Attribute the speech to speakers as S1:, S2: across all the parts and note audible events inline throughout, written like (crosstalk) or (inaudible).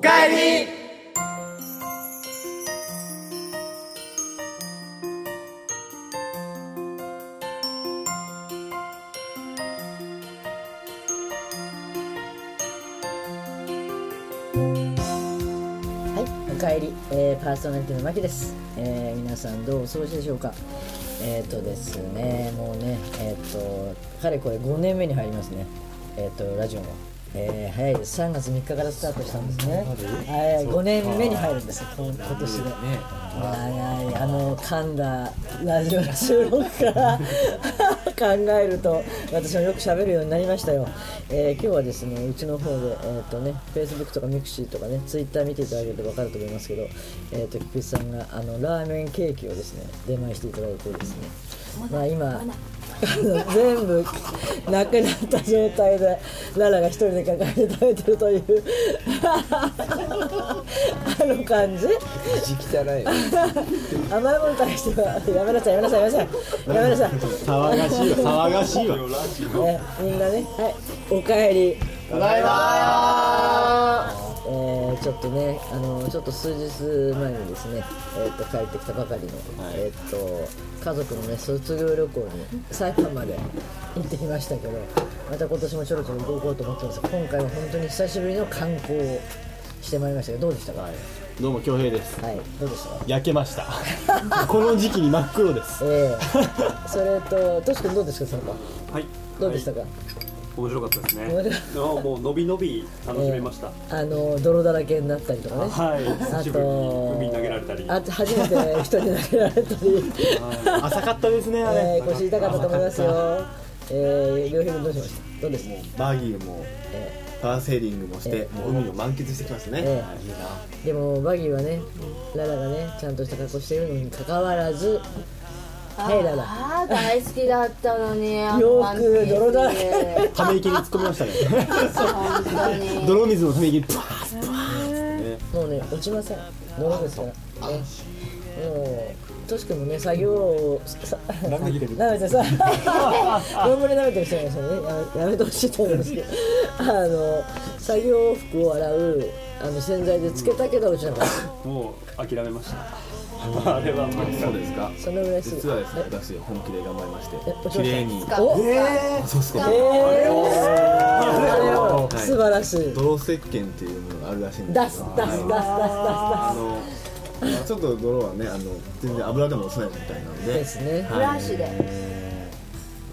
S1: かえり
S2: はい、おかえり、えーパーソナリティの牧です、えー皆さんどうお過ごしでしょうかえっ、とですね、もうね、えっ、と、かれこれ5年目に入りますね、えっ、と、ラジオも。えー早いです、3月3日からスタートしたんですね。はい、5年目に入るんですよ、こん今年で。長い、あの、噛んだラジオの収録から考えると、私もよく喋るようになりましたよ。えー今日はですね、うちの方で、えっ、とね、Facebook とか Mixi とかね、Twitter 見ていただけると分かると思いますけど、えっ、と、菊池さんが、あの、ラーメンケーキをですね、出前していただいてですね、まあ今、あの全部なくなった状態でララが一人で抱えて食べてるという (laughs) あの感じ
S1: 字汚いよ
S2: 甘いものに対してはやめなさいやめなさいやめなさいやめなさい
S3: 騒がしいわ騒がしいわ
S2: えみんなねはいおかえり
S1: ただいま
S2: えーちょっとね、あのちょっと数日前にですね、えー、と帰ってきたばかりの、えー、と家族の、ね、卒業旅行に埼玉まで行ってきましたけどまた今年もちょろちょろ行こうと思ってますが今回は本当に久しぶりの観光をしてまいりましたけどどうでしたか、はい、
S3: どうも京平です
S2: どうでしたか
S3: 焼けましたこの時期に真っ黒です
S2: えー、それとトシ君どうですかそのか
S4: はい。
S2: どうでしたか、
S4: 面白かったですね。
S2: 面白か
S4: あもうのびのび楽しめました。
S2: あの泥だらけになったりとかね
S4: はい。久しぶりに海に投げられたり。
S2: あと初めて人に投げられた
S4: (laughs)
S2: り
S3: 浅かったですねあ
S2: え
S3: れ
S2: ー、腰痛かったと思いますよ。えー、両平君どうしました。どうです。
S5: バギーも
S2: え
S5: パーセーリングもして、
S2: え
S5: もう海を満喫してきましたね、
S2: え
S5: あいいな
S2: ーでもバギーはね、ララがね、ちゃんとした格好しているのに関わらず。はい、ララ。
S6: あー大好きだったのにあ
S2: よく
S6: のパンケーキ
S2: 泥だらけ
S3: ため池に突っ込みましたね
S6: 本当
S5: (laughs)
S6: に
S3: 泥水のため池にパーッ
S2: もうね、落ちません。泥ですから。ね、もう、としくんもね、作業を。さ
S3: 舐めてる
S2: 舐めてさ、どんぶり舐めてる人いますよね、やめやめてほしいと思うんですけど、あの作業服を洗うあの洗剤でつけたけど、落ちなかった、
S4: もう諦めました。あれはもう。
S5: そうですか
S2: そのぐらいすぐ。
S5: 実はですね
S2: え
S5: 私本気で頑張りまして
S2: えお嬢さん
S5: 綺麗に
S6: 使
S2: お
S5: そうそう
S2: ええあれを
S5: はい
S2: 素晴らしい。
S5: 泥石鹸っていうものがあるらしいんで
S2: 出
S5: す
S2: す
S5: けど
S2: 出す出す出す出す出
S5: あのまあちょっと泥はねあの全然油でも落ちないみたいなの
S2: す。
S5: で
S2: ですね。
S6: ブラシで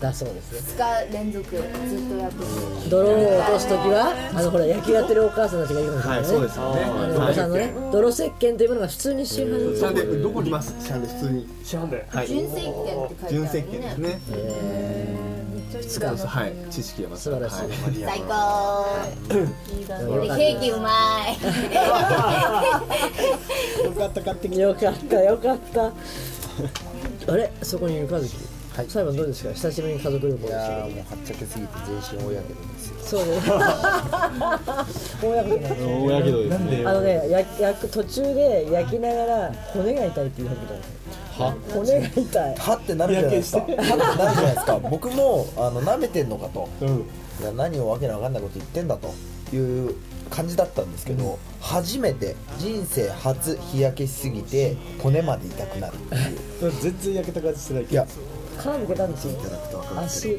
S2: だそうですね。
S6: 2日連続ずっとやってる
S2: 泥を落とすときは、あのほら野球やってるお母さんたちがいるんですよ
S5: は
S2: ね。
S5: いそうですよね
S2: あのお母さんのね、泥石鹸というものが普通に市販
S5: 市販
S2: で
S5: でどこにいます市販で普通に
S4: 市販で。
S5: はい
S6: 純正券って書いてある
S5: 純石鹸ですね
S6: です
S5: 使うはい知識がま
S2: 素晴らしい
S5: はい
S6: 最高
S2: よかっ
S6: ケーキうまい
S2: たよかったよか (laughs) った。あれそこにいる和樹。はい。裁判どうですか。久しぶりに家族旅行で
S1: い
S2: すけ
S1: や
S2: ど。
S1: ーもうはっちゃけすぎて全身大やけどですよ
S2: そう (laughs) です。大やけどになっちゃう
S3: 大やけどですね
S2: あのね、焼き焼く途中で焼きながら骨が痛いって言うわけだよ。骨が痛い。
S1: はってなるじゃないですかはってなるじゃないですか僕もあの舐めてんのかと
S3: うん
S1: いや何をわけのわかんないこと言ってんだという感じだったんですけど、初めて人生初日焼けしすぎて骨まで痛くなるっていう
S3: 全然焼けた感じしてない
S1: いや
S2: 皮むけたんですよ。足。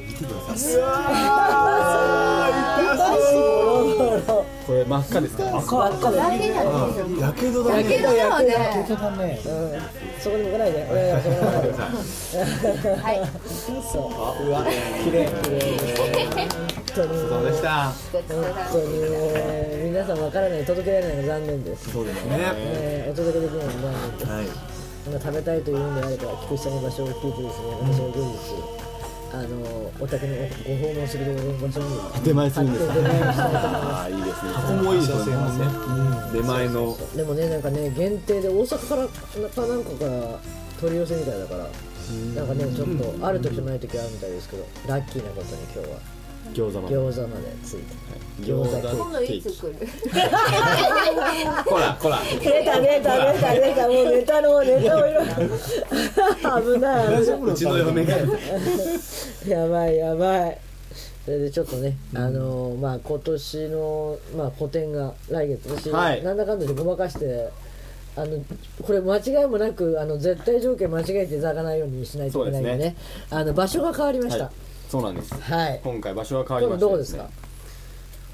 S3: これ真っ赤ですか赤
S2: 真っ赤で。
S6: 大変なんですよ
S5: やけどだ
S6: けど
S5: ね
S6: でもね
S2: そこに向かないで。いやいやそこに向かないで。
S6: はい
S2: そう。
S5: うわ綺麗
S2: 本当に
S5: そうでした
S6: ごちそうさま
S2: 本当にもう皆さんわからない届けられないのが残念です。
S5: そうですね
S2: えーお届けできないのが残念です。
S5: はい
S2: 今食べたいというんであれば菊池さんの場所を聞いてですね私は後日あのお宅のご訪問する場所に
S3: 出前するんです
S2: 買って出前をしたいと思いま
S5: ああいいですね箱もいいですね出前の
S2: すでもねなんかね限定で大阪からかなんかから取り寄せみたいだからなんかねちょっとある時とない時あるみたいですけどラッキーなことに今日は
S3: 餃子まで
S2: 餃子までついて餃子
S3: 餃
S6: 今度いつ来る
S5: こらこら
S2: 出た出た出た出たもうネタのネタをいろいろ危ない危ないう
S5: ちの嫁が
S2: (laughs) やばいやばいそれでちょっとね、あのーまあ今年のまあ個展が来月私、
S5: はい
S2: なんだかんだでごまかしてあのこれ間違いもなくあの絶対条件間違えていただかないようにしないといけないんでね
S5: そうです
S2: あの場所が変わりました
S5: はいそうなんです
S2: はい、
S5: 今回場所は変わり
S2: 今
S5: ま
S2: 日
S5: した
S2: どこですか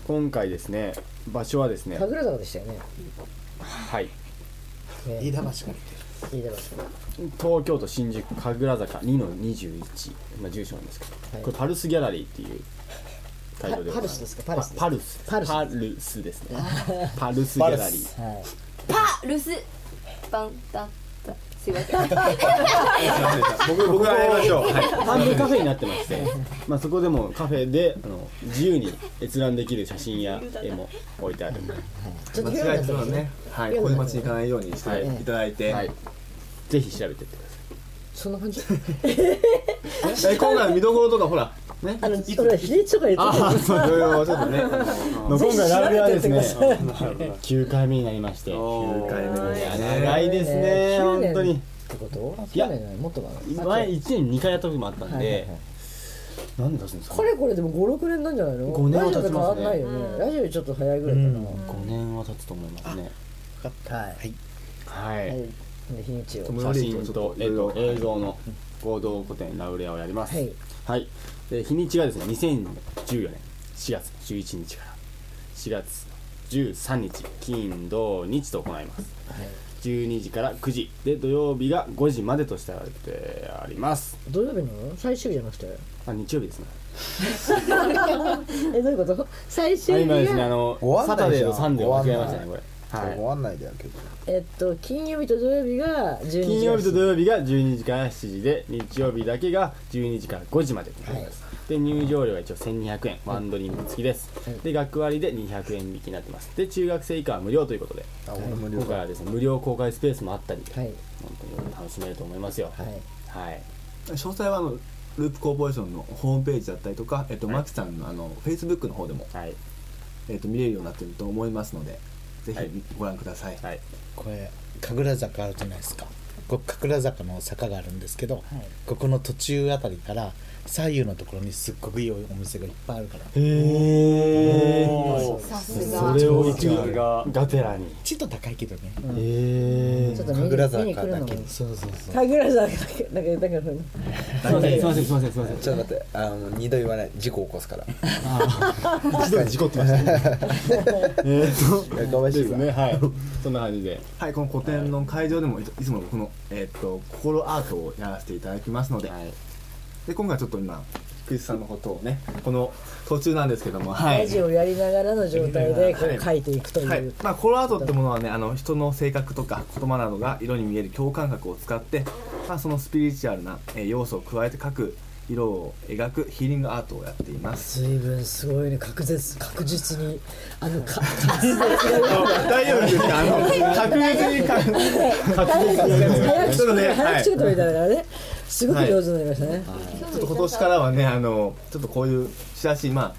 S5: 今回ですね場所はですね
S2: 神楽坂でしたよね
S5: はい
S2: ね
S3: 飯田橋から
S2: 聞いてます
S5: 東京都新宿神楽坂2の21、まあ、住所なんですけど、
S2: はい
S5: これパルスギャラリーっていうタイトルで
S2: パパルスですかパルスです
S5: パパルス
S2: パルス
S5: パルスですね (laughs) パルスギャラリー
S2: はい
S6: パルスパンタンタすいません
S5: 僕僕がやりましょう、半分カフェになってま (laughs) して、まあ、そこでもカフェであの自由に閲覧できる写真や絵も置いてあるんで、
S2: ちょっと広
S7: 間違
S2: くな
S7: え
S2: っ
S7: るの
S2: てたんで
S7: は
S2: すね
S7: ね、はい、こういう街に行かないようにし
S5: はい
S7: ていただいて、
S5: はい、ぜひ調べてってくだ
S2: そんな感
S5: (laughs)
S2: じ
S7: え今回の見どころとかほらね
S2: あの俺比率とか言ってた
S5: さいいろいろちょっとね今回ライブはですね
S2: ぜひ調
S5: (laughs) 9回目になりまして
S7: 9回目です
S5: 長
S7: ね
S5: いですね
S2: 9
S5: 本
S2: 年
S5: 当に
S2: ってこと
S5: いや
S2: 9年じゃないもっとかな
S5: 前1年に2回やった時もあったん
S2: はいはい
S5: で
S2: はい
S5: 何で出すんですか
S2: かれこれでも56年なんじゃないの
S5: 五年は経ちま
S2: ラジオと変わ
S5: すね
S2: んないよねラジオよりちょっと早いぐらいかな、
S5: 5年は経つと思いますね
S2: はい、はい
S5: はい
S2: で日にちを
S7: 友
S5: 写
S7: 達
S5: 真とえっと映像の合同個展ラウレアをやります
S2: はい、
S5: はいで日にちがですね2014年4月11日から4月13日金土日と行います12時から9時で土曜日が5時までとしてあってあります
S2: 土曜日の最終日じゃなくて
S5: あ日曜日ですね
S2: えどういうこと最終
S5: はい
S2: 日
S5: 今
S2: が、
S5: ですねあの
S1: 終わ
S5: サ
S1: んない
S5: タデ
S1: じ
S5: ー
S1: ゃん
S5: とサンデーを間違えましたねこれ
S1: 終
S5: は
S1: わんないでやけど
S2: えっと金曜日と土曜日が12時
S5: い金曜日と土曜日が12時から7時で日曜日だけが12時から5時までとなります、で入場料が一応1200円ワンドリンク付きです、
S2: はい
S5: で学割で200円引きになってますで中学生以下は無料ということで
S1: あ俺無料
S5: 今回はですね無料公開スペースもあったり、
S2: はい
S5: 本当に楽しめると思いますよ
S2: はい
S5: はい
S7: 詳細はあのループコーポレーションのホームページだったりとか、えっと、マキさんのあのフェイスブックの方でも、
S5: はい
S7: えっと、見れるようになってると思いますのでぜ
S5: はい
S7: ひご覧ください、
S5: はい
S8: これ神楽坂あるじゃないですかこう神楽坂の坂があるんですけど、ここの途中あたりから左右のところにすっごくいいお店がいっぱいあるから
S5: へ
S4: お
S6: さすが
S5: それを一
S4: ーが
S5: 応がてらに
S8: ちょっと高いけどね、
S5: へ
S2: ちょっと見
S8: 神楽坂
S2: 見に来る
S8: だ
S2: の
S8: け
S2: も
S8: どそうそうそう
S2: 神楽坂だけだけだけど
S5: すいませんすいませんすいませんすいません
S1: ちょっと待ってあの二度言わない事故起こす (laughs) から
S5: 一度に事故ってましたねえーっと
S1: やかましいわ
S5: ですねはいそんな感じで
S7: はい、この個展の会場でもいついつもこの、えっと、心アートをやらせていただきますので,、
S5: はい
S7: で今回はちょっと今クリスさんのことをねこの途中なんですけども、はい、
S2: ラジオをやりながらの状態でこう書いていくという、
S7: はいまあ、コロアートってものはねあの人の性格とか言葉などが色に見える共感覚を使って、まあ、そのスピリチュアルなえー要素を加えて描く色を描くヒーリングアートをやっています
S2: 随分すごいね確実確実にあのか
S7: 大丈夫ですかあの確実にか
S2: 早口
S7: ちょっとね
S2: 言
S7: は
S2: 葉
S7: い
S2: 早口言葉みたいだからねすごく上手になりましたね、
S7: ちょっと今年からはねあのちょっとこういう写真まあ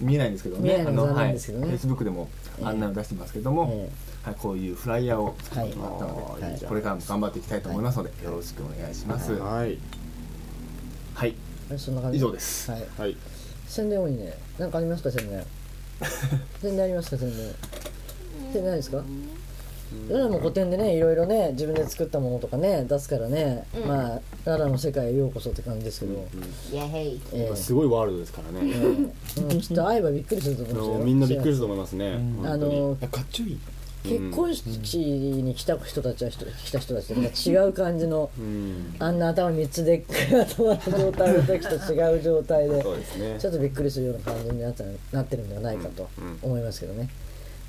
S7: 見えないんですけど
S2: 見え
S7: ね
S2: ないの
S7: あの
S2: 残
S7: は
S2: 念
S7: い
S2: で
S7: フ
S2: すけどね
S7: ェイスブックでも案内を出してますけども、
S2: え
S7: はい、こういうフライヤーを作ってもらったので、
S2: はい
S7: これからも頑張っていきたいと思いますので、よろしくお願いします。はい、
S5: はい
S2: えそんな感じ
S7: 以上です
S2: はい
S5: はい
S2: 宣伝多いねなんかありますか宣
S5: (laughs)
S2: 伝宣伝ありますか宣伝宣伝ないですかララも古典でねいろいろね自分で作ったものとかね出すからね、
S6: うん
S2: まあララの世界へようこそって感じですけど、
S6: イエヘイ
S2: え
S5: すごいワールドですからね
S2: えうんきっと会えばびっくりすると思いますよ
S5: みんなびっくりすると思いますね
S2: あ
S5: 本当に
S2: の
S8: あかっちょいい
S2: 結婚式に来た人たちは人来た人たちとまた違う感じの
S5: うん
S2: あんな頭3つでっかい頭の状態の時と違う状態で
S5: そうですね
S2: ちょっとびっくりするような感じになったなってるんではないかと
S5: うんうん
S2: 思いますけどね、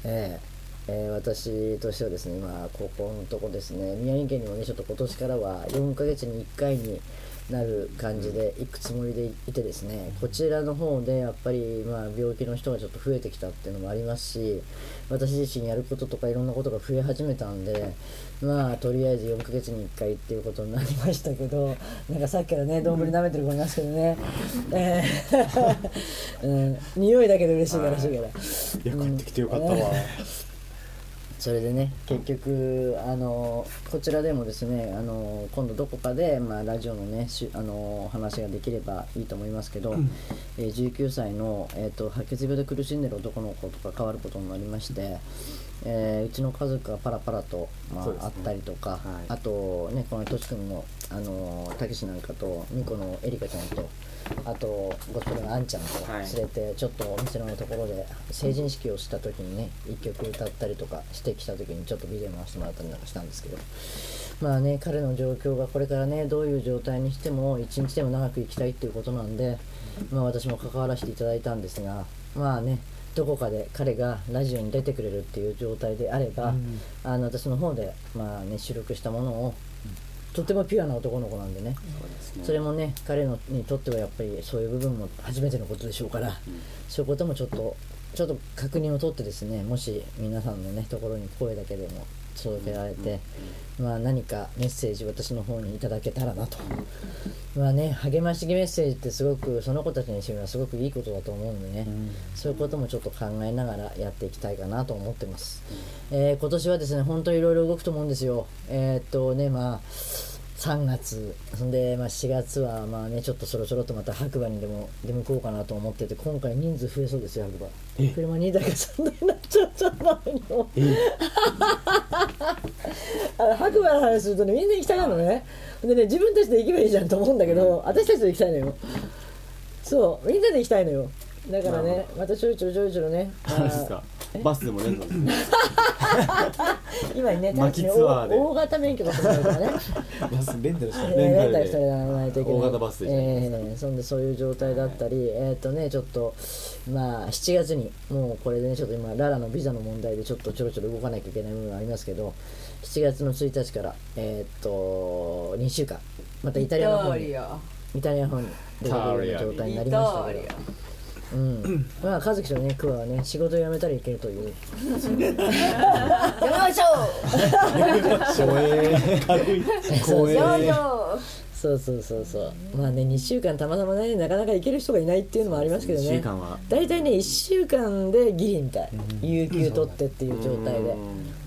S2: ええええ私としてはですね今ここのとこですね宮城県にもねちょっと今年からは4ヶ月に1回になる感じで行くつもりでいてですねこちらの方でやっぱりまあ病気の人がちょっと増えてきたっていうのもありますし私自身やることとかいろんなことが増え始めたんでまあとりあえず4ヶ月に1回っていうことになりましたけどなんかさっきからね丼舐めてる子いますけどね、え (laughs) ーうん、匂いだけで嬉しいからしいから。
S5: いや帰ってきてよかったわ
S2: それでね結局あのこちらでもですねあの今度どこかで、まあ、ラジオのねしあの話ができればいいと思いますけど、えー19歳の、えー、と白血病で苦しんでる男の子と関わることになりまして、えーうちの家族がパラパラと、まあ
S5: そうです
S2: あ
S5: ね
S2: ったりとか、
S5: はい
S2: あとねこのとし君のあのたけしなんかとみこのえりかちゃんとあとご主人のあんちゃんと
S5: はい
S2: 連れてちょっとお店のところで成人式をした時にね一曲歌ったりとかしてきた時にちょっとビデオ回してもらったりなんかしたんですけどまあね彼の状況がこれからねどういう状態にしても一日でも長く生きたいっていうことなんでまあ私も関わらせていただいたんですがまあねどこかで彼がラジオに出てくれるっていう状態であれば、あの私の方で、まあね、収録したものをとてもピュアな男の子なんでね、それもね彼のにとってはやっぱりそういう部分も初めてのことでしょうから、そういうこともちょっとちょっと確認を取ってですねもし皆さんのねところに声だけでも届けられて、まあ何かメッセージ私の方にいただけたらなと、まあね励ましメッセージってすごくその子たちにしてみればすごくいいことだと思うんでね、そういうこともちょっと考えながらやっていきたいかなと思ってます、えー今年はですね本当いろいろ動くと思うんですよえーっとねまあ3月そんで、まあ、4月はまあねちょっとそろそろとまた白馬にでも出向こうかなと思ってて今回人数増えそうですよ白馬車2台が3台になっちゃったのに (laughs) あの白馬の話するとねみんな行きたがるのねでね自分たちで行けばいいじゃんと思うんだけど私たちで行きたいのよそうみんなで行きたいのよだからねまたちょいちょいちょいちょいねあー
S5: 話ですかバスでもねえのに
S2: 今ね大
S5: 巻
S2: 気
S5: き
S2: に
S5: ツアーで
S2: 大型免許が取れるからね
S3: バスレンタルした
S2: え
S3: い
S2: ー
S5: レ
S2: レン
S5: ンタルで
S2: タルしたらやらないといけない
S5: 大型バスでじゃない
S2: えーそんでそういう状態だったり、えっ、とねちょっとまあ7月にもうこれでねちょっと今ララのビザの問題でちょっとちょろちょろ動かなきゃいけない部分がありますけど7月の1日からえっ、と2週間またイタリアの方にイ
S9: ア
S2: タリアの方に出かけるような状態になりましたけどうん、まあ和樹とねクワはね仕事を辞めたらいけるという
S6: やめましょうやめましょ
S2: そうそうそうそうまあね2週間たまたまねなかなか行ける人がいないっていうのもありますけどね
S5: 1週間は
S2: 大体ね1週間でギリみたい有給取ってっていう状態で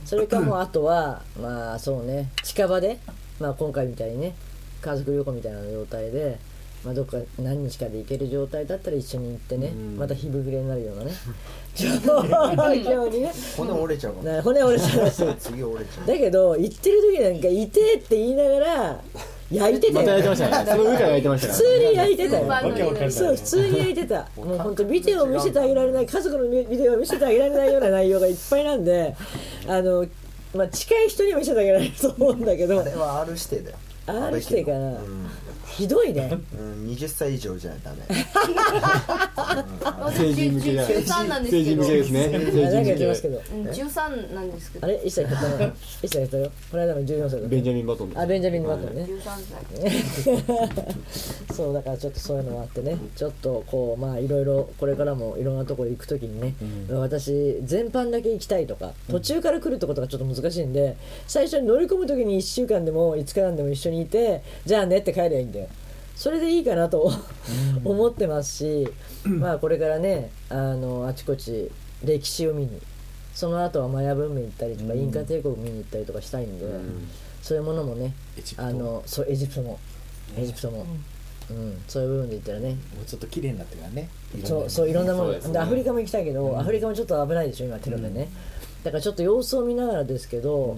S2: それかもうあとはまあそうね近場で、まあ、今回みたいにね家族旅行みたいな状態で、まあ、どっか何日かで行ける状態だったら一緒に行ってねまた日ぶ暮れになるようなね (laughs) 状況
S5: (laughs)
S2: にね
S1: 骨折れちゃうかも
S2: な骨折れちゃうし
S1: 次折れちゃう
S2: だけど行ってる時なんか「いて」って言いながら焼いてた
S5: また焼いて
S2: よ
S5: ましたねその上から焼いてまし
S2: 普
S5: たね
S2: 通に焼いてたよ
S6: うわけわかんない
S2: そう普通に焼いて
S5: (laughs)
S2: たもう本当ビデオを見せてあげられない家族のビデオを見せてあげられないような内容がいっぱいなんであの、まあ、近い人には見せてあげられると思うんだけど
S1: あれは R 指定だよ
S2: R 指定かな
S1: うん
S2: ひどいね
S1: うん、20歳以上じゃダメ
S6: う私十三なんです
S5: 成
S6: け
S5: 人向
S6: ど
S5: けですね
S2: 何か
S5: 成
S2: 言って
S5: 人
S2: ますけ
S5: 向
S2: ど
S6: うん十三なんですけ
S2: あ
S6: ど
S2: れ一切減ったな一切減ったよこの間も14歳だ
S5: け
S2: っ
S5: ベンジャミン・バトン
S2: たあベンジャミン・バトンね
S6: 十三歳
S2: (laughs) そうだからちょっとそういうのもあってねちょっとこうまあいろいろこれからもいろんなところ行く時にね、私全般だけ行きたいとか途中から来るってことがちょっと難しいんで最初に乗り込む時に1週間でも5日間でも一緒にいてじゃあねって帰りゃいいんだよそれでいいかなと思ってますしまあこれからねあのあちこち歴史を見にその後はマヤ文明行ったりとか、インカ帝国見に行ったりとかしたいんで、そういうものもねあのそうエジプトもエジプトも、うんそういう部分で言ったらね
S8: もうちょっと綺麗になってからね
S2: そうそういろんなもの
S5: そう
S2: で,、
S5: ですね
S2: アフリカも行きたいけど、アフリカもちょっと危ないでしょ今テロでね、だからちょっと様子を見ながらですけど、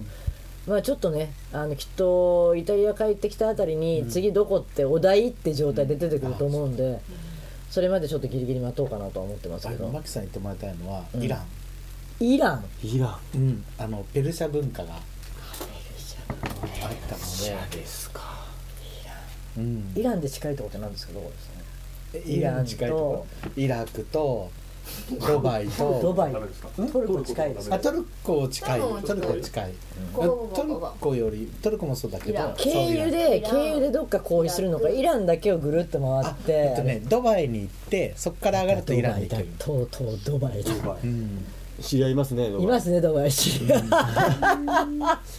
S2: まあちょっとねあのきっとイタリア帰ってきたあたりに、次どこってお題って状態で出てくると思うんで、それまでちょっとギリギリ待とうかなとは思ってます
S8: あ
S2: け
S8: のマ
S2: ど
S8: キさんに言ってもらいたいのは、
S2: ん
S8: イラン
S2: イラン
S5: イラン
S8: うん、あのペルシャ文化があったので
S5: ですか
S8: うん
S2: イランで近いとこって何ですかどこですかね
S8: イラン近いとこイラクとドバイと
S2: ドバイ
S4: ダメですか
S2: トルコ近いです
S8: あトルコ近いト
S6: ト
S8: ル
S6: ル
S8: コ
S6: コ
S8: 近い
S6: こここ
S8: トル
S6: ここ
S8: コよりトルコもそうだけ
S6: イラ
S8: ど
S6: ン
S2: 経由で
S6: イラン
S2: 経由でどっか合意するのかイランだけをぐるっと回
S8: あ
S2: っ
S8: え
S2: て
S8: っとねドバイに行ってそこから上がるとイランに行ける
S2: とうとうドバイだ
S8: うん
S5: 知り合いますね
S2: いますねド (laughs) バイ市近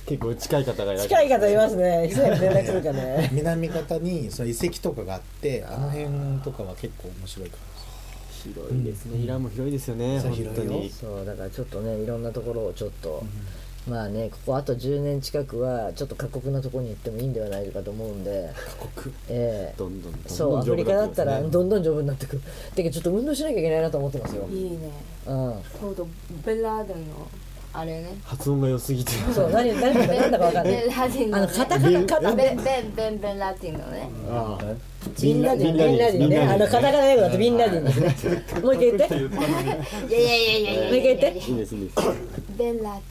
S5: 結構近い方がらっしゃる
S2: い方いますね (laughs) いつや連絡するかね
S8: 南方にその遺跡とかがあってあの辺とかは結構面白いかもし
S5: 広いですねイランも広いですよね
S8: そう
S5: 本当
S8: 広いよ
S5: に
S2: そうだからちょっとねいろんなところをちょっとまあねここあと10年近くはちょっと過酷なところに行ってもいいんではないかと思うんで
S5: 過酷
S2: ええ
S5: どんどんどんどん
S2: そうアフリカだったら
S5: 丈夫になってますね
S2: どんどん丈夫になってくるだけどちょっと運動しなきゃいけないなと思ってますよ、
S6: いいね
S2: うん、
S6: 今度ベラーデンのあれね
S5: 発音が良すぎて
S2: そう何何が何だか分かんな
S6: ベ
S2: い
S6: ラーデン
S2: あ
S6: の
S2: の
S6: ね
S2: カタカナカタ
S6: ベンベンベンベンラティンのね
S5: ああ
S2: ビンラディンビンラディンねあのカタカナ英語だとビンラディンですねもう一回言って
S6: いやいやいやいやいや
S2: もう一回言って
S5: いいんですいいんです
S6: ベンラテ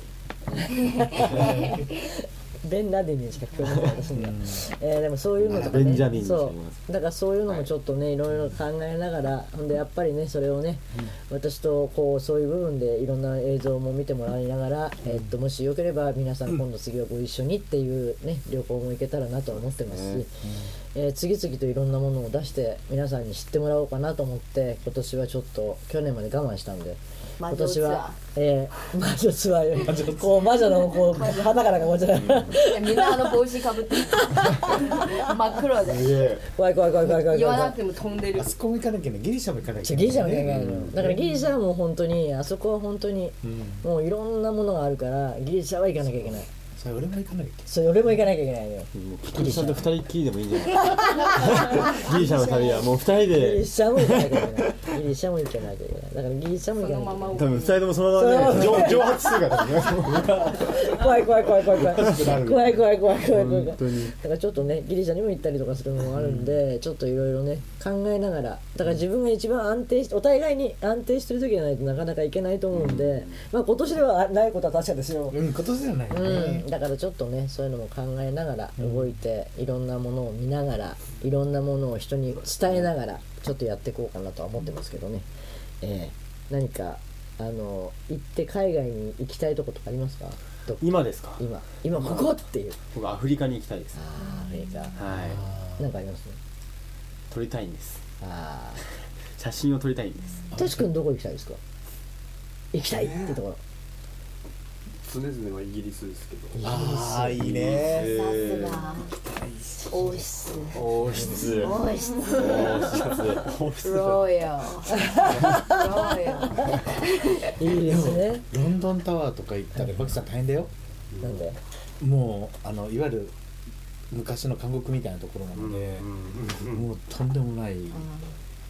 S2: ベン・ラディンにしか聞こえない私には、えーでもそういうのとか
S5: ベ
S2: ね
S5: ンジャミンにしか
S2: そ
S5: います
S2: うだからそういうのもちょっとね、い、ろいろ考えながらほんでやっぱりねそれをね、私とこうそういう部分でいろんな映像も見てもらいながら、えーっともしよければ皆さん今度次はご一緒にっていうね旅行も行けたらなとは思ってますし、えー次々といろんなものを出して皆さんに知ってもらおうかなと思って今年はちょっと去年まで我慢したんで。
S6: 魔
S2: 今
S6: 女
S2: 年
S6: ツアー
S2: は、えー、魔女ツアーよりこう魔女のこう花からかこうじゃない
S6: ィンみんなあの帽子かぶって (laughs) る真っ黒で
S2: 怖い怖い怖い怖い怖い
S6: 言
S2: 怖い
S6: わなくても飛んでる
S8: あそこも行かなきゃねギリシャも行かなき
S2: ちょ
S8: ゃい
S2: ギ
S8: け
S2: リシャ
S8: な
S2: も
S8: い
S2: 行かない
S8: ね
S2: のだからギリシャはもう本当にあそこは本当にもういろんなものがあるからギリシャは行かなきゃいけない
S8: それ俺も行かなきゃいけ
S2: それ俺も行かなきゃいけないのよ
S5: もうピキリさんと二人っきりでもいいんじゃないギリシャの旅はもう二人
S2: ギリ
S5: で
S2: シャも行かなきゃいけないギリシャも行かなきゃいけないだからギリシャも行かな
S6: その
S2: きゃ
S6: ま
S2: い
S6: ま
S5: 多分二人ともそのままね蒸蒸発するからね
S2: けない怖い怖い怖い怖い怖い
S8: る
S2: 怖い怖い怖い怖い怖い
S5: 本当に
S2: だからちょっとねギリシャにも行ったりとかするのもあるんで、ちょっといろいろね考えながらだから自分が一番安定しお互いに安定してる時じゃないとなかなかいけないと思うんで、まあ今年ではないことは確かですよ、
S8: ないうん今年じゃないよ
S2: うん、だからちょっとねそういうのも考えながら動いて、いろんなものを見ながらいろんなものを人に伝えながらちょっとやっていこうかなとは思ってますけどね、えー何かあの行って海外に行きたいとことかありますかど
S5: 今ですか
S2: 今今ここっていう
S5: 僕アフリカに行きたいです
S2: あーアメリカ
S5: はい
S2: なんかありますね
S5: 撮りたいんです
S2: ああ
S5: 写真を撮りたいんです
S2: トシ君どこ行きたいですか行きたいっていうところ
S4: 常々はイギリスですけど
S8: ああいいね
S6: さすが王室
S5: 王室王
S6: 王室
S5: 室
S6: ロイヤル
S2: (laughs)
S6: ロイヤル
S2: いいですね
S8: ロンドンタワーとか行ったらバキさん大変だよ
S2: なんで
S8: もうあのいわゆる昔の韓国みたいなところなので、もうとんでもない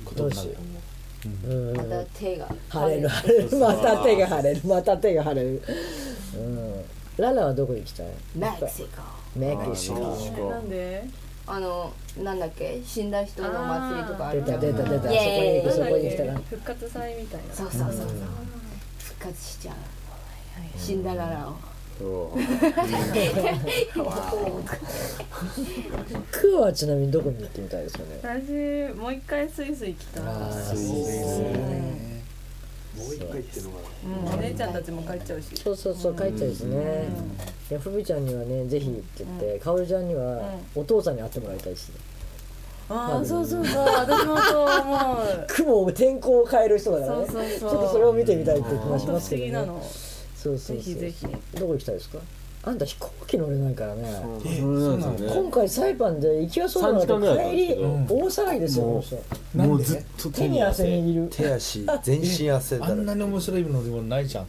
S8: ことになると思う
S2: うーん
S6: また手が
S2: 晴れる晴れるまた手が晴れるまた手が晴れるうんララはどこ行きたい
S6: メキシコ
S2: メキシコ
S9: なんで
S6: あのなんだっけ死んだ人の祭りとかあ
S2: 出
S6: るじ
S2: た
S6: ゃん
S2: 出た出たそこ
S6: イ
S2: に
S6: エ
S2: 行く
S6: ーイ
S2: そこに行きたら
S9: 復活祭みたいな
S6: そうそうそうそう復活しちゃう死んだララを (laughs)
S2: クーはちなみにどこに行ってみたいですよね
S9: 私もう一回スイス行きたい
S2: ああ
S4: もう一回っていうのが
S9: うんお姉ちゃんたちも帰っちゃうし
S2: そうそうそう書いてですねいやふみちゃんにはねぜひって言ってかおるちゃんにはお父さんに会ってもらいたいですね
S9: ああそうそうそう私もそう思う
S2: 雲を天候を変える人だからね
S9: そうそうそう
S2: ちょっとそれを見てみたいって気が
S9: 本
S2: し
S9: 当
S2: ま
S9: 不
S2: す
S9: 思
S2: け
S9: 議
S2: ど
S9: な
S2: ね
S9: の
S2: そうそうそう
S9: ぜひぜひ
S2: どこ行きたいですかあんた飛行機乗れないからね
S5: そうなんですよ
S2: 今回サイパンで行きはそうなの
S5: 3時間ぐら
S2: に
S5: いだった
S2: 帰
S5: ん
S2: り
S5: ですけど
S2: 大騒ぎですよこの人
S5: ねもうずっと
S2: 手に汗握る
S1: 手足全身汗だ
S8: あ
S1: ら
S8: んな
S1: け
S8: に面白いのでもないじゃん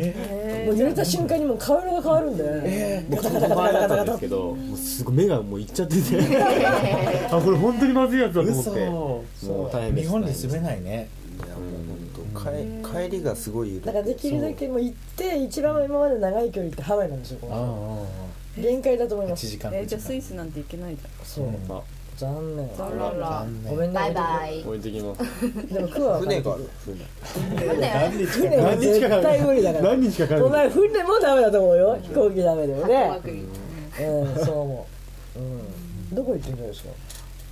S9: へ
S2: もう濡れた瞬間にもう顔色が変わるんだよねガタガタガタガタガタ
S5: なんですけどもうすごい目がもういっちゃっててあこれ本当にまずいやつだと思って
S8: 嘘
S5: もう大変です
S8: 日本に住めないね
S1: いやもう本当帰帰りがすごいいる
S2: だからできるだけもう行って一番今まで長い距離ってハワイなんですよこ
S8: あああ
S2: の
S8: あ
S2: 人限界だと思いま
S8: 1
S2: す
S8: 時間
S9: えじゃあスイスなんて行けないじ
S2: そう残念
S9: ゃんララ
S2: ごめんね
S6: バイバイ
S5: 置いてきます
S2: でもクワは帰って
S1: 船
S2: く
S1: があ
S2: る
S1: る船
S2: 船は絶対無理だから
S5: 何日かかる
S2: お前船もダメだと思うよ飛行機ダメでもね
S6: 白幕
S2: うんそう思ううんどこ行ってみたいですか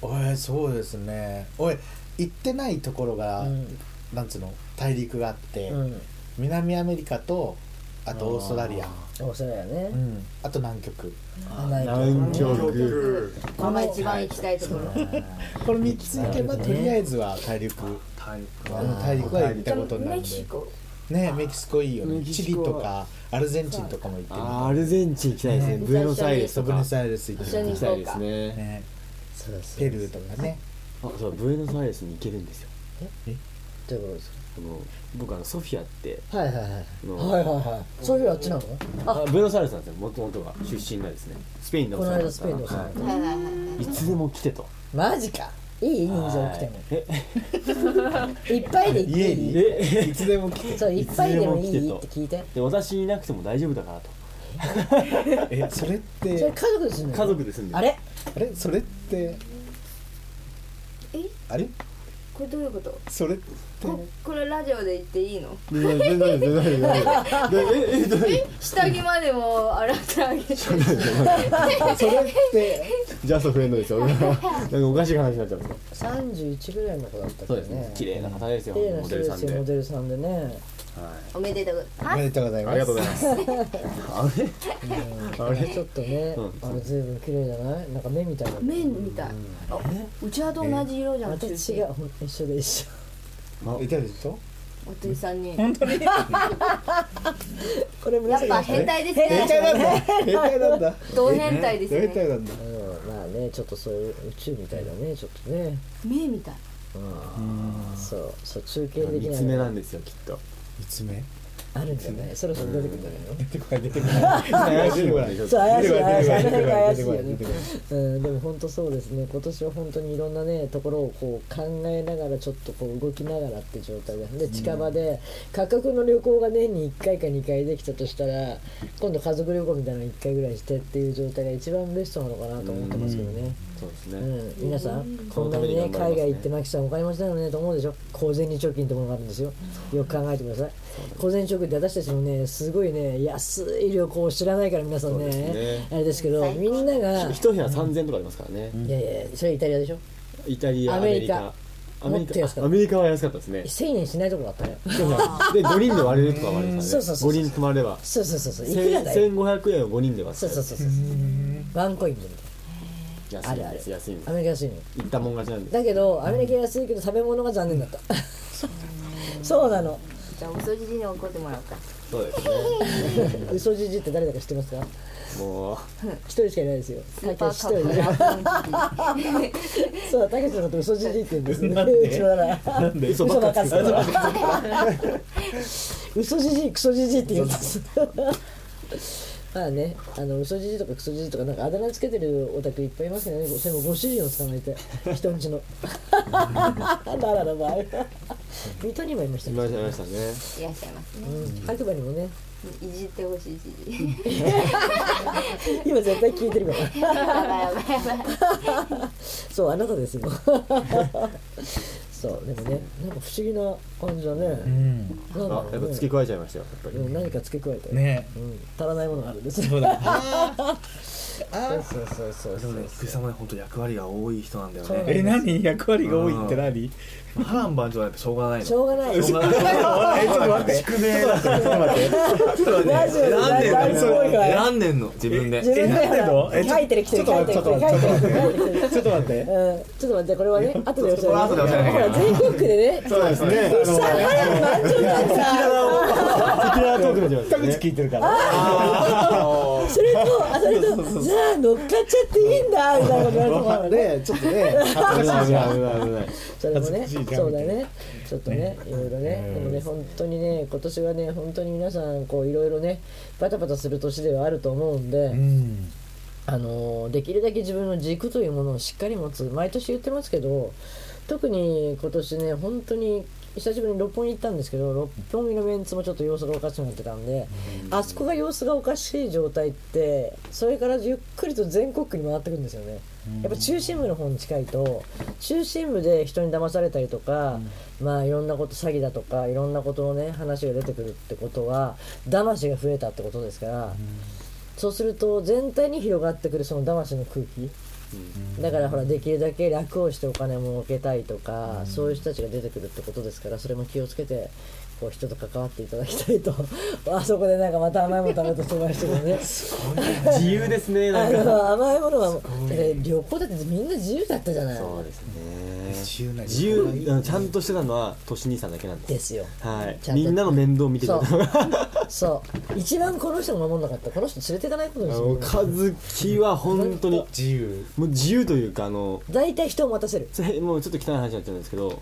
S8: おいそうですねおい行ってないところが、
S2: うん
S8: なんつうの大陸があって、
S2: うん
S8: 南アメリカとあとオーストラリア
S2: お世話やね
S8: うん、あと南極
S2: ないと
S5: 南極
S6: ママ一番行きたいところ
S8: これ3つ行けばとりあえずは大陸うん大陸は行ったことになる
S6: メ
S8: ん
S6: キ
S8: で
S6: シコ
S8: ねメキシコいいよね
S5: メキ
S8: チ
S5: シ
S8: リ
S5: コ
S8: とかアルゼンチンとかも行ってみ
S5: あー
S8: た
S5: アルゼンチン行きたいですねブエノスアイレス
S8: ソ
S5: と
S8: ブ
S5: か
S8: ネ
S5: 行
S8: スアイレス行って
S6: 一緒
S8: み
S6: に
S5: き
S6: 行
S5: た
S6: こ
S5: いうです
S6: か
S8: た
S5: ね
S8: ね
S2: そうそう
S8: ペルーとかね
S5: あそうブエノスアイレスに行けるんですよ
S2: ということですか
S5: あの僕あのソフィアって
S2: はいはいはい
S5: あの、
S2: はいはいはいそういうあっちなの
S5: あブエノスアイレスなんですよもともとが出身がですねスペインで
S2: この間スペインで
S5: お
S2: お
S5: 世
S2: 世
S5: 話
S2: 話
S5: に
S2: にな
S6: は
S5: なっ
S6: いはいはい
S5: たいつでも来てと
S2: マジかいい人数多くても
S5: え
S2: いっぱいで行っていい
S5: え
S8: いつでも来て
S2: そういっぱいでもい
S5: いつで
S2: い
S5: も
S2: っ
S5: 来て
S2: て
S5: と
S2: 聞いて
S5: で私いなくても大丈夫だからと
S8: えそれっ
S2: それ家
S8: て
S2: 族ですんの
S5: 家族で住んでる
S2: あれ
S8: あれそれって
S6: え
S8: あれ
S6: これどういうこと
S8: それ
S6: ここれラジオで言っていいの
S5: 全然大丈夫
S6: (laughs)
S5: 全然大丈夫全然大丈夫えええ
S6: 下着までも洗ってあげて
S8: それって
S5: ジャストフレンドですよなんかおかしい話になっちゃう
S2: 31ぐらいの子だったっけ
S5: そう
S2: ど
S5: ですね
S2: ね
S5: 綺麗な方ですよ
S2: 綺麗な
S5: モ
S2: 人
S5: デル
S2: で
S5: さん
S2: すよモ
S5: で
S2: デルさんでね
S6: おめでとう
S8: お
S6: は
S8: めでとうござい
S5: あ
S8: ま
S5: りが
S8: す
S5: とうございますあれあれ
S2: ちょっとね
S5: うん
S2: あれ随分綺麗じゃないなんか目みたいな
S6: 麺みたいあうちわと同じ色じゃん中
S2: 私
S6: 心
S2: がほん一緒で一緒
S8: いたでしょ
S6: おとりさんに
S2: これ
S6: やっ
S2: 紫
S6: ぱ
S2: だね
S6: 変態です
S8: 変態
S6: ね
S8: なんだ変態なんだ
S6: 同変態ですね
S8: 変態なんだ
S2: うんまあねちょっとそういう宇宙みたいだねちょっとね
S6: 目みたい
S2: そうそう中継的
S5: 三
S2: な
S5: つ目
S2: の
S5: なんですよきっと
S8: いつ目
S2: あるんじゃないそろそろ出てくるんじゃないの
S8: 出てこない出てこない
S5: 怪しいわ
S2: そう怪しい怪しいあの辺が怪しいよ
S8: 出
S2: ね
S8: てこない
S2: うんでも本当そうですね今年は本当にいろんなねところをこう考えながらちょっとこう動きながらって状態ですで近場で価格の旅行が年に1回か2回できたとしたら今度家族旅行みたいなの1回ぐらいしてっていう状態が一番ベストなのかなと思ってますけどね
S5: そうです
S2: う
S5: ね
S2: ん皆さんこ
S5: その
S2: ん
S5: た
S2: な
S5: めに
S2: にね
S5: 頑張りますね
S2: 海外行ってマキさんお金持ちなのねと思うでしょ小銭貯金ってものがあるんですよよく考えてください小銭貯金って私たちもねすごいね安い旅行を知らないから皆さん
S5: そうです
S2: ね
S5: ね
S2: あれですけどみんなが
S5: 一部屋三千とかありますからね
S2: いやいやそれイタリアでしょ
S5: イタリア
S2: ア
S5: ア
S2: メ
S5: メ
S2: リ
S5: リ
S2: カ
S5: カ
S2: もっと安かった
S5: アメリカは安かったですね
S2: 1000円しないとこだったね
S5: で五人で割れるとかもあります
S2: そう
S5: ね
S2: そうそう
S5: 五人泊まれば
S2: そうそうそうそういくらだよ
S5: 千五百円を五人で割っ
S2: そ
S5: て
S2: うそうそうそうワンコインでみたい
S5: 安い
S2: あるあ
S5: で
S2: る
S5: す安いんで
S2: なア
S5: す
S2: メリカ安いの
S5: 行ったもん勝ちなんで
S2: だけどアメリカ安いけど食べ物が残念だった (laughs) そうなの
S6: じゃあお掃除時に怒ってもらおうか
S5: そうですね
S2: 嘘じじって誰だか知ってますか
S5: もう
S2: 一人しかいないですよ
S6: スーパ
S2: 一人
S6: ーカップル
S2: そう、たけしのこと嘘じじいって言うんですね。うちのなら。
S5: 嘘
S2: 嘘
S5: ば
S2: ばっか
S5: っか
S2: りつ
S5: りつ
S2: く
S5: く
S2: か
S5: から
S2: ら。嘘じじい、クソじじいって言うんです。まあね、あの嘘じじいとかクソじじいとかなんかあだ名つけてるオタクいっぱいいますよね。でもご主人を捕まえて人んちの。奈良の場合は。水戸にもいました
S5: い
S2: け
S5: ま
S2: ど
S5: し。たいましたね
S6: いらっしゃいますね
S2: うん白馬にもね。
S6: いじってほしいしいじり
S2: 今絶対聞いてるから。
S6: (laughs) やばいやばいやばい
S2: そうあなたですよそうでもねなんか不思議な感じだね、
S8: うん
S2: なん
S5: あ
S2: か
S5: やっぱ
S2: ね
S5: 付け加えちゃいましたよやっぱ
S2: うん
S5: り
S2: 何か付け加えて、
S8: ね
S2: うん、足らないものがあるんです
S8: そうだ
S2: そうそうそうそう
S7: でもね福井さんはね本当役割が多い人なんだよ
S2: そうなん
S7: ね
S2: だ
S8: え何役割が多いって何
S7: 波乱万丈はやっぱしょうがないの
S2: しょうがない
S7: しょうがない
S8: えちょっと待っ
S7: ち
S8: て
S7: ょっと待って選んでん
S2: ラジオ
S7: の
S2: で
S7: 選んでんの自分で
S2: 自分で
S8: えなんでのえちょ
S2: 書いてる来てる
S8: ちょ
S2: 書
S8: っ
S2: いて
S8: と
S2: る書いてる
S8: ちょっと
S2: 書いてる書いてる
S8: ちょっと待って
S2: うんちょっと待ってこれは
S8: (laughs)
S2: ね後で
S7: これ
S2: 教
S7: 後で教えなきゃいけ
S2: ほ
S7: な
S2: ら
S7: い
S2: 全国区でね
S5: そうですね
S2: さあ波乱万丈なんだ
S5: 沖縄トークになっちゃ
S8: 田
S5: いました
S8: 口
S5: ね
S8: 聞いてるから
S2: それとあそれとじゃあ乗っかっちゃっていいんだみたいなこと言われて
S8: (laughs)
S2: もらうね
S8: ねちょっとね恥
S5: 危
S8: ずか
S5: ない
S8: しい
S5: 危
S8: じ
S5: な
S8: ゃ
S5: い
S8: ん
S5: 危ない危ない
S2: そうでもね
S8: 恥ずかしいじゃん
S2: そうだねちょっとねいろいろねでもね本当にね今年はね本当に皆さんこういろいろねバタバタする年ではあると思うんで、
S8: うん
S2: あのーできるだけ自分の軸というものをしっかり持つ毎年言ってますけど特に今年ね本当に久しぶりに六本木行ったんですけど六本木のメンツもちょっと様子がおかしくなってたんで、あそこが様子がおかしい状態ってそれからゆっくりと全国区に回ってくんですよね、やっぱ中心部の方に近いと中心部で人に騙されたりとか、まあいろんなこと詐欺だとかいろんなことのね話が出てくるってことは騙しが増えたってことですから。そうすると全体に広がってくるその魂の空気、だからほらできるだけ楽をしてお金儲けたいとか、そういう人たちが出てくるってことですからそれも気をつけてこう人と関わっていただきたいと (laughs) あそこでなんかまた甘いもの食べてそうな人がね
S5: 自由ですね
S2: あ
S5: なん (laughs) か
S2: の甘いものはもうだって旅行だってみんな自由だったじゃない
S5: そうですね
S8: 自由な
S5: 自由あのちゃんとしてたのは年兄さんだけなんです
S2: ですよ
S5: はい
S2: ちゃんと
S5: みんなの面倒を見てくれたのが
S2: そう一番この人が守んなかったこの人連れていかないことに
S5: (laughs) あ
S2: す
S5: の
S2: る
S5: 和樹は本当に
S8: 自由
S5: もう自由というかあの
S2: 大体人を待たせる
S5: それもうちょっと汚い話になっちゃうんですけど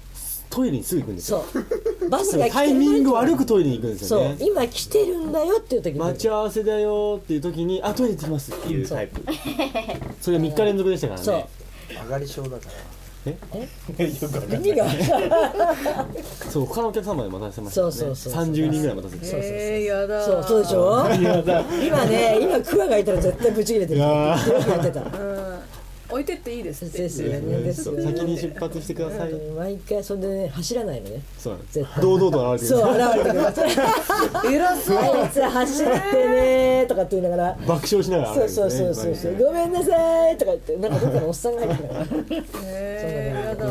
S5: トイレにすぐ行くんですよ
S2: そうバスが来てる
S5: タイミング悪くトイレに行くんです
S2: そ
S5: よ
S2: う
S5: ね
S2: 今来てるんだよっていう時に
S5: 待ち合わせだよっていう時にあトイレ行ってきますっていうタイプそれが3日連続でしたから
S2: そう
S5: ね
S1: 上がり症だから
S2: 意味が分かんない
S5: そう他のお客様で待たせました
S2: そうそうそうそう
S5: ね30人ぐらい待たせて
S2: そうそうそう
S9: えー、やだ
S2: そうそうでしょ今ね今クワがいたら絶対ブチ切れてるよくやってた
S9: うん、置いてっていいですって
S2: ですよねですよね
S5: 先に出発してください
S2: 毎回それで、ね、走らないのね
S5: そうなんです
S2: 絶対
S5: 堂々と現れて
S2: そう
S5: くる
S2: 現れてくる
S9: 偉そう
S2: あいつ (laughs) 走ってねーとかって言いながら
S5: 爆笑しながら現
S2: そ
S5: れ
S2: う
S5: るん
S2: そう
S5: です
S2: そ
S5: ね
S2: うそうそう
S5: 毎回
S2: ごめんなさいとか言ってなんかどっかのおっさんが入ってきたから
S9: えー、やだ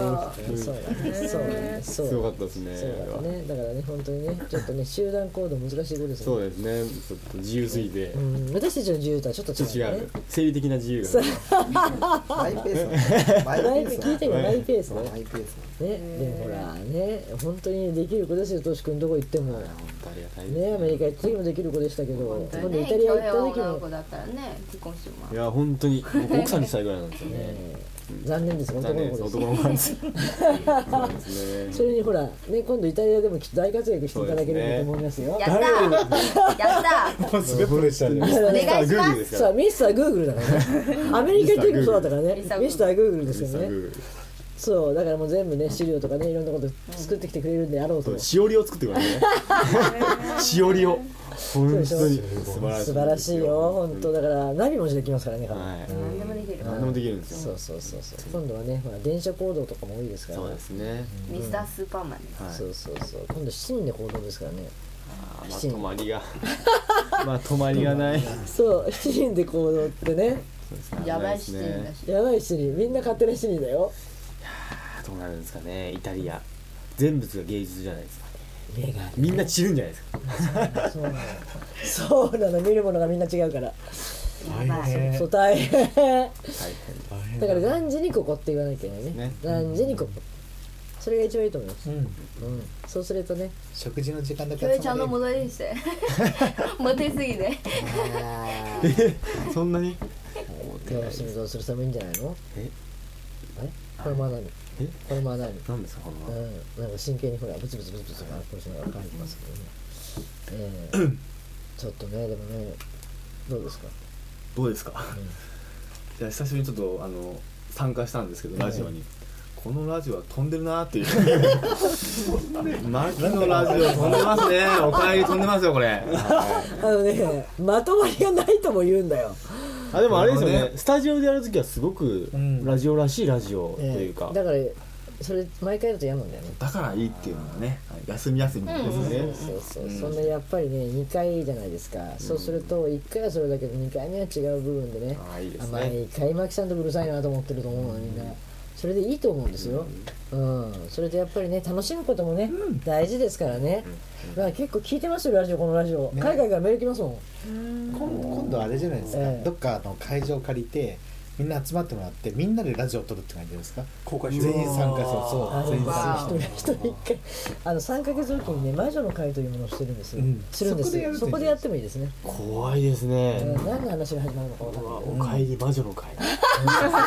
S2: そうだねそうだねそう
S5: すご
S2: だね
S5: かったですね
S2: そうだ
S5: あれは
S2: ねだからね本当にねちょっとね集団行動難しいことですね
S5: そうですねちょっと自由すぎて
S2: うん、私たちの自由とはちょっと
S5: 違
S2: 違うね
S5: う生理的な自由がね
S1: マイペースなのマイペ
S2: マイペ
S1: ースな
S2: 聞いてみようマイペースね
S1: の
S2: ね
S1: マイペースな
S2: でもほらね本当にできる子ですよトシ君どこ行っても
S5: 本当ありがたいです
S2: ねアメリカ行った時もできる子でしたけど今度イ
S6: ね
S2: タリア行った時
S6: 恭平は女の
S2: も
S6: 子だったらね結婚してもら
S5: いうや本当に僕奥さんにしたいぐらいなんですよ (laughs) ね
S2: 残念です男
S5: 残
S2: の
S5: 念
S2: 子で
S5: です
S2: す
S5: 男の子なんですそう (laughs) ですね
S2: それにほらね今度イタリアでもきっと大活躍していただけると思いますよ
S6: やったやった
S7: すごいプレッシャーで
S2: だから
S6: お
S2: ね
S6: 願いしま
S5: ですすか
S2: さあミスターグーグルだからねアメリカ行ってもそうだったからね
S6: ミスターグーグル
S2: ミスターグーグルですよ
S5: ら
S2: ねそうだからもう全部ね資料とかねいろんなこと作ってきてくれるんであろうと、
S5: そうしおりを作ってくださいね (laughs) しおりを本当に
S2: そうでし
S5: 素晴らしい
S2: 素晴らしいよ本当だからナビもできますからね、
S5: はい
S6: 何でもできる
S5: 何でもできるんです
S2: そ
S5: よ
S2: うそうそうそう今度はねほら電車行動とかも多いですから
S5: そうですね
S6: ミスタースーパーマンです
S5: はい
S2: そうそうそう今度7人で行動ですからね
S5: あまあ
S2: 七
S5: 泊
S2: 人
S5: まりが (laughs) まあ泊まりが (laughs) ない
S2: そう7人 (laughs) で行動ってね
S6: やばい
S5: で
S6: し
S5: す
S6: て
S5: ね
S6: るんだし
S2: やばい7人みんな勝手な7人だよ
S5: どうなるんですかねイタリア全物が芸術じゃないですかみんな散るんじゃないですか
S2: そうなのそうなの見るものがみんな違うから
S6: やばい
S2: そう大変
S5: 大変
S2: だから何時にここって言わなきゃいけないね
S5: ね
S2: 何時にここそれが一番いいと思います、うんそうするとね
S1: 食事の時間だけ
S6: 恭平ち
S1: 集
S6: ゃん
S1: ま
S6: の
S1: れる
S6: 戻りしてモテすぎて
S5: そんなに
S2: 楽しみどうする人もいいんじゃないの
S5: え
S2: えこれも何
S5: え
S2: これも何
S5: 何ですかこ
S2: う
S5: の
S2: ん、なんか真剣にほらブツブツブツブツあこうしながら書いてますけどね、えー、ちょっとねでもねどうですか
S7: どうですか、じゃあ久しぶりにちょっとあの参加したんですけどラジオに、このラジオは飛んでるなっていうマキのラジオ飛んでますねおかえり飛んでますよこれ
S2: あのねまとまりがないとも言うんだよ
S5: (laughs) あでもあれですよ
S7: なるほ
S5: ね
S7: ど
S5: スタジオでやるときはすごくラジオらしいラジオというか
S2: えーだからそれ毎回だと嫌なんだよね
S7: だからいいっていうのがねはい休み休みですね、
S2: そうそう、そんなやっぱりね2回じゃないですか、そうすると1回はそれだけど2回目は違う部分でね
S5: ああいいですね
S2: 毎回マキさんとうるさいなと思ってると思うのみんなそれでいいと思うんですよ、うんそれでやっぱりね楽しむこともね、大事ですからね、まあ、結構聞いてますよラジオこのラジオ、海外からメール来ますもん
S8: 今今度あれじゃないですか、
S2: ええ
S8: どっかの会場借りてみんな集まってもらってみんなでラジオを撮るって感じですか
S4: 公開し
S8: 全員参加する
S2: あ
S8: そう
S2: の
S8: 全員
S2: 一
S8: 参
S2: 人一人一回あの3ヶ月おきにね魔女の会というものをしてるんですよ、
S8: うん
S2: するんです
S8: そこでやると
S2: そこでやってもいいですね、
S5: 怖いですね
S2: うん何の話が始まるのか分かんないけど
S5: おかえり魔女の会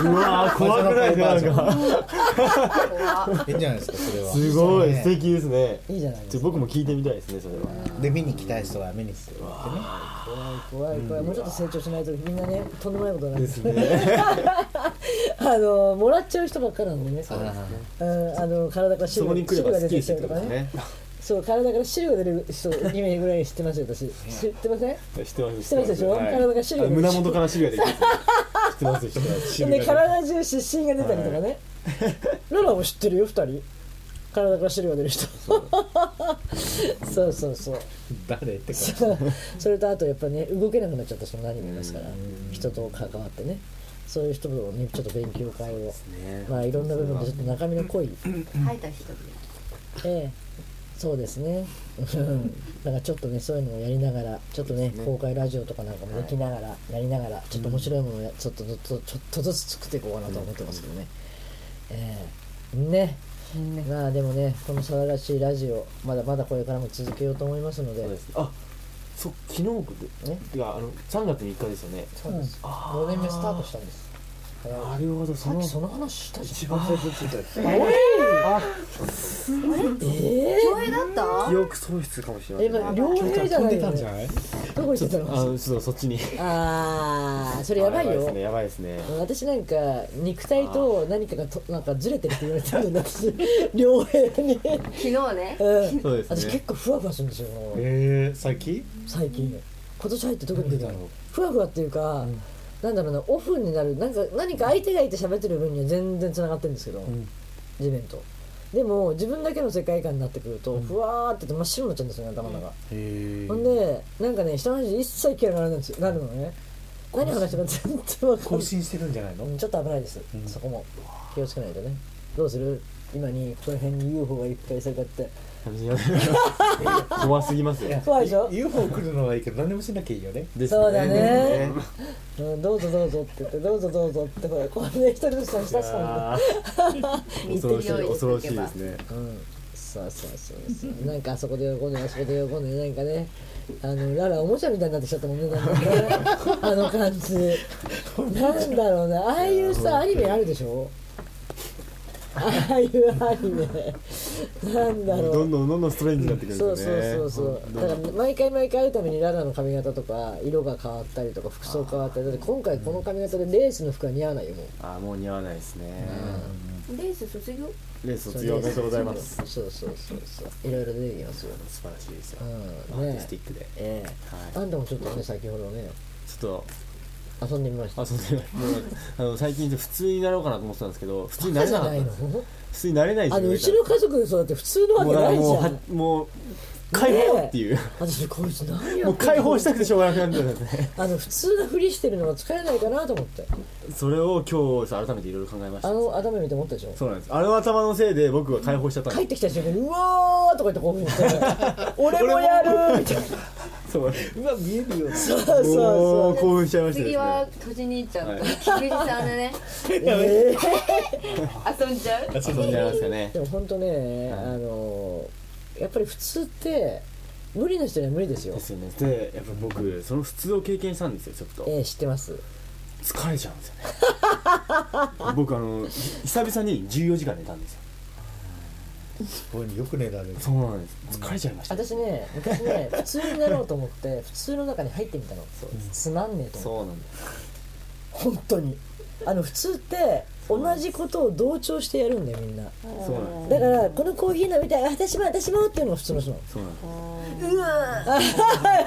S5: うわー怖くないですかなんか
S8: 加いいんじゃないですかそれは
S5: すごい
S8: ね
S5: 素敵ですね
S2: いいじゃないです
S5: ち
S2: か
S5: ょ僕も聞いてみたいですねそれは
S8: で見に来たい人は見に来て
S2: 怖い怖いもうちょっと成長しないとみんなねとんでもないことになる
S5: ですね
S2: (laughs) あのもらっちゃう人ばっかなんでねうんあの体から
S5: そ
S2: 汁
S5: こ
S2: が
S5: に来れ
S2: 汁
S5: ば
S2: が
S5: ス
S2: 出
S5: ッキ
S2: て
S5: リ
S2: き
S5: して
S2: たり
S5: くる
S2: とか
S5: んです
S2: ね
S5: ね
S2: そう体から汁が出る人2名ぐらい知ってますよ私知ってません
S5: 知ってま
S2: 知
S5: す
S2: ってますでしょ体が汁が出て
S5: 胸元から汁が出てます知ってます知ってます
S2: で体中湿疹が出たりとかねロラも知ってるよ2人体から汁が出る人そうそうそう
S8: 誰ってか
S2: そうそれとあとやっぱね動けなくなっちゃった人も何人もいますから人と関わってねそういう人もねちょっと勉強会を、まあいろんな部分でちょっと中身の濃い、
S6: 入った人で
S2: ええそうですねうんだからちょっとねそういうのをやりながらちょっとね公開ラジオとかなんかもできながら、やりながらちょっと面白いものをやちょっとずつちょっとずつ作っていこうかなと思ってますけどね、ええねまあでもねこの騒がしいラジオまだまだこれからも続けようと思いますので
S5: そうですあそう昨日で
S2: え
S5: いやあの3月3日ですよね
S2: そうです5年目スタートしたんです
S5: なるほどそ
S2: さっ
S5: の
S2: きその話したじ
S4: 一番最初についたやつ
S2: ゃんえ
S6: 共演だった
S5: 記憶喪失かもしれ
S2: えや
S5: ま
S2: っぱ
S5: せんね
S2: 両平じゃないよね
S8: ない
S2: どこ行ってた
S5: あ
S2: の
S5: のちょっとそっちに
S2: ああそれやばい
S5: です
S2: よ
S5: ねやばいですね
S2: 私なんか肉体と何かがとなんかずれてるって言われてるんだ私 (laughs) 両平に、
S6: 昨日ね
S2: うん
S5: そうです
S2: 私
S5: ね
S2: 結構ふわふわするんですよ
S8: えー、最近
S2: 最近今年入って特に出たのふわふわっていうか、なんだろうなオフになるなんか何か相手がいて喋ってる分には全然つながってるんですけど、地面とでも自分だけの世界観になってくると、ふわーって真っ白になっちゃうんですよね頭の中、
S8: え
S2: ほんでなんかね下の話一切聞かなくなるんですよなるのね何話してるか全然わかん
S8: 更
S2: ない
S8: 新してるんじゃないの
S2: うんちょっと危ないです、そこも気をつけないとねどうする今にこの辺に UFO がいっぱいされたって
S5: 怖すぎますよ
S2: 怖いでしょ
S8: UFO 来るのはいいけど何もしなきゃいいよね
S5: です
S2: そうだ
S5: (laughs)
S2: ね、うん、どうぞどうぞって言ってどうぞどうぞってほらこれで一人ずつ差し出したもんね
S5: あー恐ろしい恐ろしいですね
S2: うんそうそうそうそうなんかあそこで喜んであそこで喜んでなんかねあのララおもちゃみたいになってきちゃったもんねなんかねあの感じなんだろうなああいうさアニメあるでしょああいうアニメなんだろ
S5: ど
S2: うん
S5: どんどんどんストレンジになってくるん
S2: そう
S5: ですよ
S2: そう
S5: ね
S2: そうそうだか
S5: 本当
S2: ら
S5: に
S2: 毎回毎回会うためにララの髪型とか色が変わったりとか服装変わったりだって今回この髪型でレースの服は似合わないよもう
S5: あーもう似合わないですね
S6: レース卒業
S5: レース卒業おめでとうございます
S2: そうそうそうそういろいろ出てきますよ
S5: 素晴らしいですよア
S2: うん
S5: ーティ
S2: ね
S5: スティックで
S2: ええ
S5: は
S2: あんたもちょっとね先ほどね
S5: いちょっと
S2: 遊んでみました
S5: あそうですねもうあの最近普通になろうかなと思ってたんですけど普通にな
S2: バカ
S5: れ
S2: じゃ
S5: なかっ
S2: な
S5: た
S2: い
S5: ん
S2: の
S5: です普通になれないん
S2: あのう
S5: です
S2: ち
S5: よ
S2: の家族でそうだって普通のわ
S5: も
S2: け
S5: うだ
S2: な
S5: から
S2: いじ
S5: もう
S2: ゃ
S5: は
S2: ん
S5: もう解放っ
S2: (laughs)
S5: ていう
S2: 私こいつ何や
S5: もう解放したくてしょうがなくなっちゃったんですね
S2: あの普通なふりしてるのが疲れないかなと思
S5: (laughs)
S2: って
S5: それを今日さ改めていろいろ考えまし
S2: あ
S5: た
S2: の頭見て思ったでしょ
S5: そうなんですあの頭のせいで僕は解放しちゃったん
S2: 帰
S5: で
S2: ってきた瞬間に「うわー!」とか言ってこういうふうに
S5: (laughs)
S2: して「俺もやる!」みたいな (laughs)
S5: すそう
S2: そうそう
S5: もう
S2: そう
S5: 興奮しちゃいましたです
S6: 次
S5: ね
S6: は閉じに行っちゃった休日さんでね
S2: えー
S6: 遊んじゃう
S5: 遊んじゃいますかね
S2: でも本当ねあのやっぱり普通って無理な人には無理ですよ
S5: で、すよねでやっぱ僕その普通を経験したんですよちょっと
S2: えー、知ってます
S5: 疲れちゃうんですよね僕あの久々に14時間寝たんですよ
S8: こういうのよく寝られる
S5: そうなんです疲れちゃいました
S2: 私ね昔ね普通になろうと思って普通の中に入ってみたのつまんねえと思って
S5: そうなんです
S2: 本当にあの普通って同じことを同調してやるんだよみんな
S5: そうなんで
S2: だ
S5: す
S2: からこのコーヒー飲みたいあ私も私もっていうのが普通の人なの
S5: そうなんです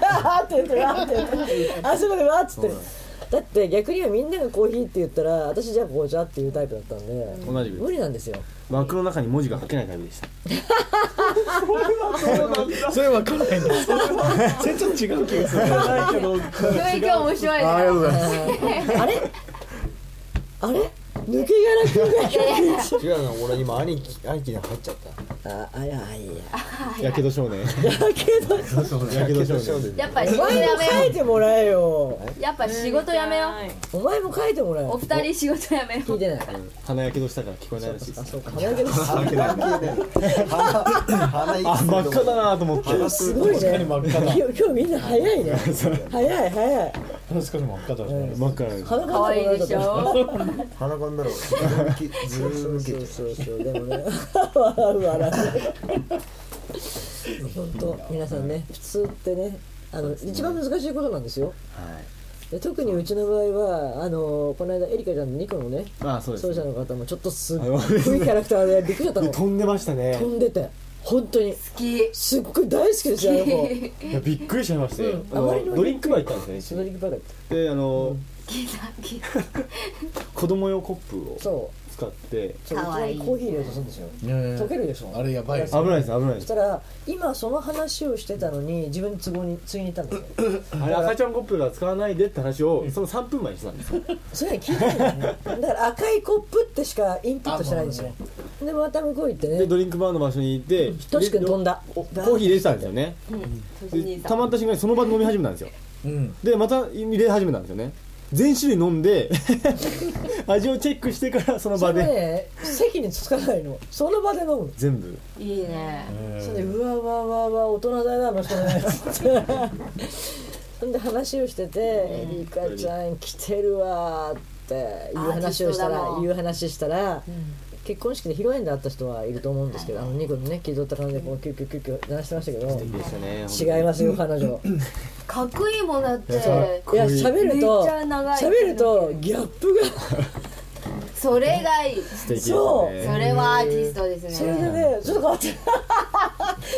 S2: あーって言ってわーって言ってあそこでわーっつって
S5: そうなんで
S2: だって逆にはみんながコーヒーって言ったら私じゃあ紅茶っていうタイプだったんで
S5: 同じく
S2: 無理なんですよ
S5: 枠の中に文字が書けないタイプでした
S8: それ分かんないんだ全然違う気がする
S6: 教育は面白いね
S8: うござい
S2: あーあれあれ抜け殻くんが
S1: 違うな俺今兄
S8: (laughs)
S1: 貴兄貴に入っちゃった
S2: ああいやいや
S5: やけど少
S7: (laughs)
S5: 年
S2: だけど
S5: やけど少年
S1: 年
S6: やっぱ
S2: お
S6: 仕事
S2: 前
S6: や
S2: も書
S6: め
S2: い
S6: よ
S2: てもらえよ
S6: うやっぱ仕事やめよう
S2: お前も書いてもらえ
S6: お
S2: よ
S6: 二人仕事やめよ
S2: 聞いうてない
S5: 鼻やけどしたから聞こえないらしいで
S2: あ
S5: す
S2: そうか鼻毛の
S1: 鼻毛だ鼻鼻息
S5: あ
S1: する
S5: 真っ赤だなと思って
S1: 鼻
S2: す
S1: す
S2: ごい
S8: 確か
S2: ね
S8: に真っ
S2: 今
S8: 赤だ
S2: 日今日みんな早いね早い早い
S8: 確かに真っ赤だね
S5: 真っ赤なんです
S2: 鼻
S6: 可愛いでしょ
S1: 鼻かんだろずーむきずーむき
S2: そうそうそうでもね笑う笑う本当皆さんね普通ってねあの一番難しいことなんですよ
S5: はい
S2: で特にうちの場合はあのこの間エリカちゃんの2個のね
S5: まあそうです
S2: 奏
S5: ね
S2: 者の方もちょっとすっごいキャラクターでびっくりだったの
S5: 飛んでましたね
S2: 飛んでて本当に
S6: 好き
S2: すっごい大好きですよあの子
S5: いやびっくりしちゃいまして、
S2: うん
S5: あ
S2: あまりに
S5: の
S2: も
S5: ドリンクバー行ったんです
S2: シ
S5: よ
S2: ノ
S5: ね
S2: リックパレット
S5: 一緒にであの、
S6: 聞いた聞いた
S5: 子供用コップを
S2: そ
S5: 使って
S2: うそういき
S6: か
S2: な
S6: わい
S2: り
S6: い
S2: コーヒー入れようとするんですよ
S8: ね
S2: 溶けるでしょ
S8: あれやばい
S1: (laughs)
S8: です
S5: 危ないです危ないで
S2: そし
S5: す
S2: たら今その話をしてたのに自分に都合についに行ったんですよ
S5: あれ赤ちゃんコップは使わないでって話をその3分前にしてたんですよ
S2: それは聞いてないんですねだから赤いコップってしかインプットしてないんですよでまた向こう行って
S5: で
S2: ね
S5: ドリンクバーの場所に行って
S2: トシ君飛ん
S5: だ
S2: だ
S5: コーヒー入れてたんですよね
S6: 年兄
S5: で
S6: さ
S5: た
S6: ん
S5: まった瞬間にその場で飲み始めたんですよ、でまた入れ始めたんですよね全種類飲ん (laughs) で味をチェックしてからその
S2: そ
S5: 場
S2: れ
S5: で
S2: もね席につかないのその場で飲むの
S5: 全部
S6: いいね
S2: それでうわうわうわうわ大人だなあの人ねつっ
S6: (laughs)
S2: てそんで話をしてて「エリカちゃん来てるわ」ってっていう話をした
S6: アーティストだ
S2: ら
S6: もん
S2: いう話したら
S6: うん
S2: 結婚式で披露宴で会った人はいると思うんですけどあのニコのね気取った感じでこうキュッキュッキュッキュッ鳴らしてましたけ
S5: いいで
S2: ど
S5: すよね
S2: 違いますよ彼女
S6: かっこいいもんだって
S2: いや喋ると
S6: めっちゃ長い
S2: 喋るとギャップが
S6: それがいい
S5: 素敵ですね
S2: そう
S6: それはアーティストですね
S2: それでねちょっと変わって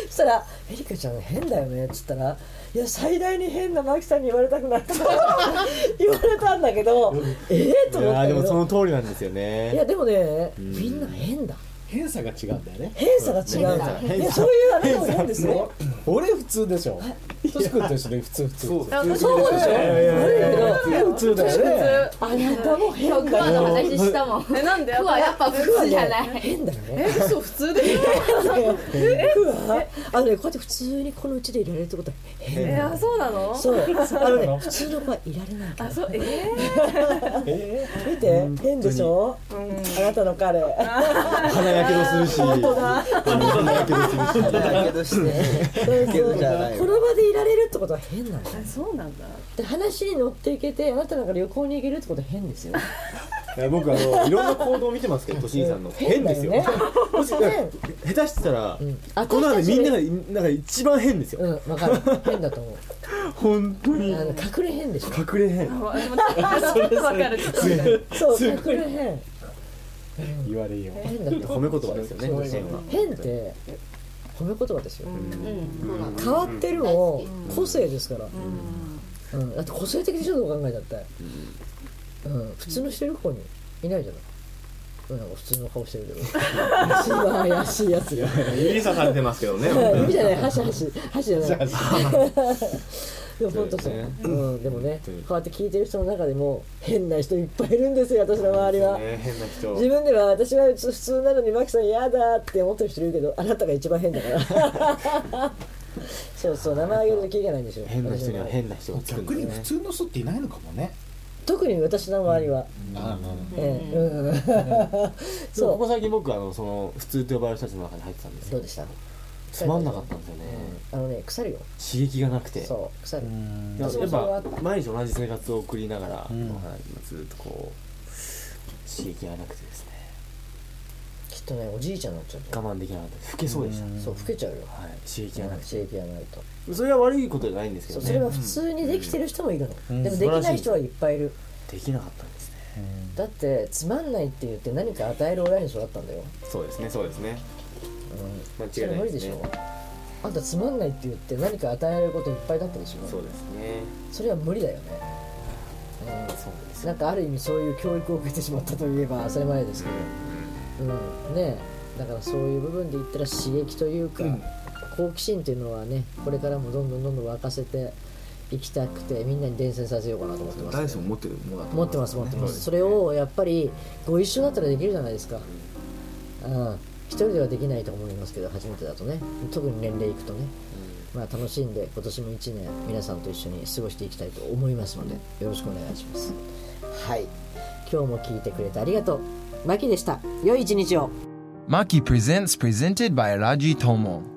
S2: そしたら「エリカちゃん変だよね」っつったら「いや最大に変なマキさんに言われたくない」って (laughs) 言われたんだけどええと
S5: い
S2: 思った
S5: やー
S2: け
S5: でもそ
S2: ど
S5: の通りなんですよ
S2: いや
S5: ね
S2: でもねみんな変だ
S8: 偏差が違うんだよね
S2: 偏差が違うんだ
S5: 変だ
S2: いやそういうあれでも変ですよ
S8: 俺普通でしょトシ君と一緒で普通普通
S4: そう
S2: そうでしょ悪いけど
S8: 普通だよね
S2: あなたも変
S6: 今日クワの話したもん
S9: えなんで
S6: クワやっぱ普通じゃない
S2: 変だよね
S9: え嘘普通 (laughs) でいいの
S2: うわあのねこうやって普通にこのうちでいられるってことは変
S9: え
S2: だ
S9: あそうなの
S2: そうあのね普通の子はいられないから
S9: あそうえー
S2: 見て変でしょあなたの彼
S5: 鼻やけどするし鼻やけどするし
S1: だけどして
S2: そう
S1: け
S2: そ
S1: ど
S2: う
S1: じゃない
S2: この場でいられるってことは変なんだよ
S9: あそうなんだ
S2: で話に乗っていけてあなたなんか旅行に行けるってことは変ですよ
S5: いや僕あのいろんな行動を見てますけど、としんさんの変ですよ。
S2: 変だ
S5: もし
S2: 変
S5: 下手したら、
S2: ん
S5: この中でみんながなんか一番変ですよ。
S2: うん分かる変だと思う
S5: 本当
S2: あ
S5: に
S2: の隠れ変でしょ
S5: 隠れ変。
S9: あでもちょっとちょっとわかるちょっとわかる
S2: そう隠れ変
S8: 言われよ
S2: 変だと思
S5: 褒
S2: う
S5: め言葉ですよね、としんは。
S2: 変って褒め言葉ですよ
S6: うんそうなの
S2: 変わってるも個性ですから、うんだって個性的でしょどう考えたって、うん普通のしてる子にいないじゃないうんなんか普通の顔して
S5: (laughs)
S2: るけど一番怪しいやつが
S7: 指さされてますけどね
S2: 指じゃない箸箸箸じゃないでも本当そう、うん、でもねこうやって聞いてる人の中でも変な人いっぱいいるんですよ私の周りは、
S5: ね変な人。
S2: 自分では私は普通なのにマキさん嫌だって思ってる人いるけどあなたが一番変だから
S5: (laughs)
S2: そうそう名前挙げると聞いがないんですよ
S5: 変な人には変な人がつくんだ
S8: 逆
S5: よ
S8: に
S5: ね
S8: 普。通の人っていないのかもね
S2: 特に私の周りは、
S8: あ
S2: ええうん
S5: そうこ
S2: そ
S5: こ最近僕あのその普通と呼ばれる人たちの中に入ってたんで
S2: う
S5: す
S2: どう
S5: よ
S2: で。した
S5: つまんなかったんですよね。
S2: あのね腐るよ
S5: 刺激がなくて。
S2: そう腐る
S5: いや
S2: 私も
S5: やっ
S2: それはあ
S5: ぱ
S2: った
S5: 毎日同じ生活を送りながら、
S8: ん
S5: この話ずっとこう刺激がなくてですね。
S2: きっとねおじいちゃんになっちゃうと
S5: 我慢できなかったです。老けそうでした。
S2: そう老けちゃうよ
S5: はい、刺激がなくて。
S2: 刺激がないと
S5: それは悪いことじゃないんですけ
S2: そ
S5: ど
S2: う
S5: ね。
S2: それは普通にできてる人もいるの、
S8: うん
S2: でもできない人はいっぱいいる
S5: できなかったんですね。
S2: だってつまんないって言って何か与える親に育ったんだよ
S5: そうですね、そうですね。間
S2: それ
S5: 違いな
S2: 無理
S5: いで
S2: ですし
S5: ね
S2: ょ。あんたつまんないって言って何か与えられることいっぱいだったでしょ
S5: そうですね。
S2: それは無理だよね、うん
S5: そうですよ。
S2: なんかある意味そういう教育を受けてしまったといえば当たり前ですけど、うんねえだからそういう部分で言ったら刺激というか、好奇心というのはねこれからもどんどんどんどん沸かせていきたくてみんなに伝染させようかなと思ってます、
S7: 大志も持ってるものだと思
S2: 持
S7: い
S2: ってます持ってます、
S7: す
S2: それをやっぱりご一緒だったらできるじゃないですか、うん、一人ではできないと思いますけど初めてだとね特に年齢いくとね、まあ、楽しんで今年も1年皆さんと一緒に過ごしていきたいと思いますのでよろしくお願いしますはい今日も聞いてくれてありがとうマキでした良い一日を
S10: Maki Presents presented by Raji Tomo.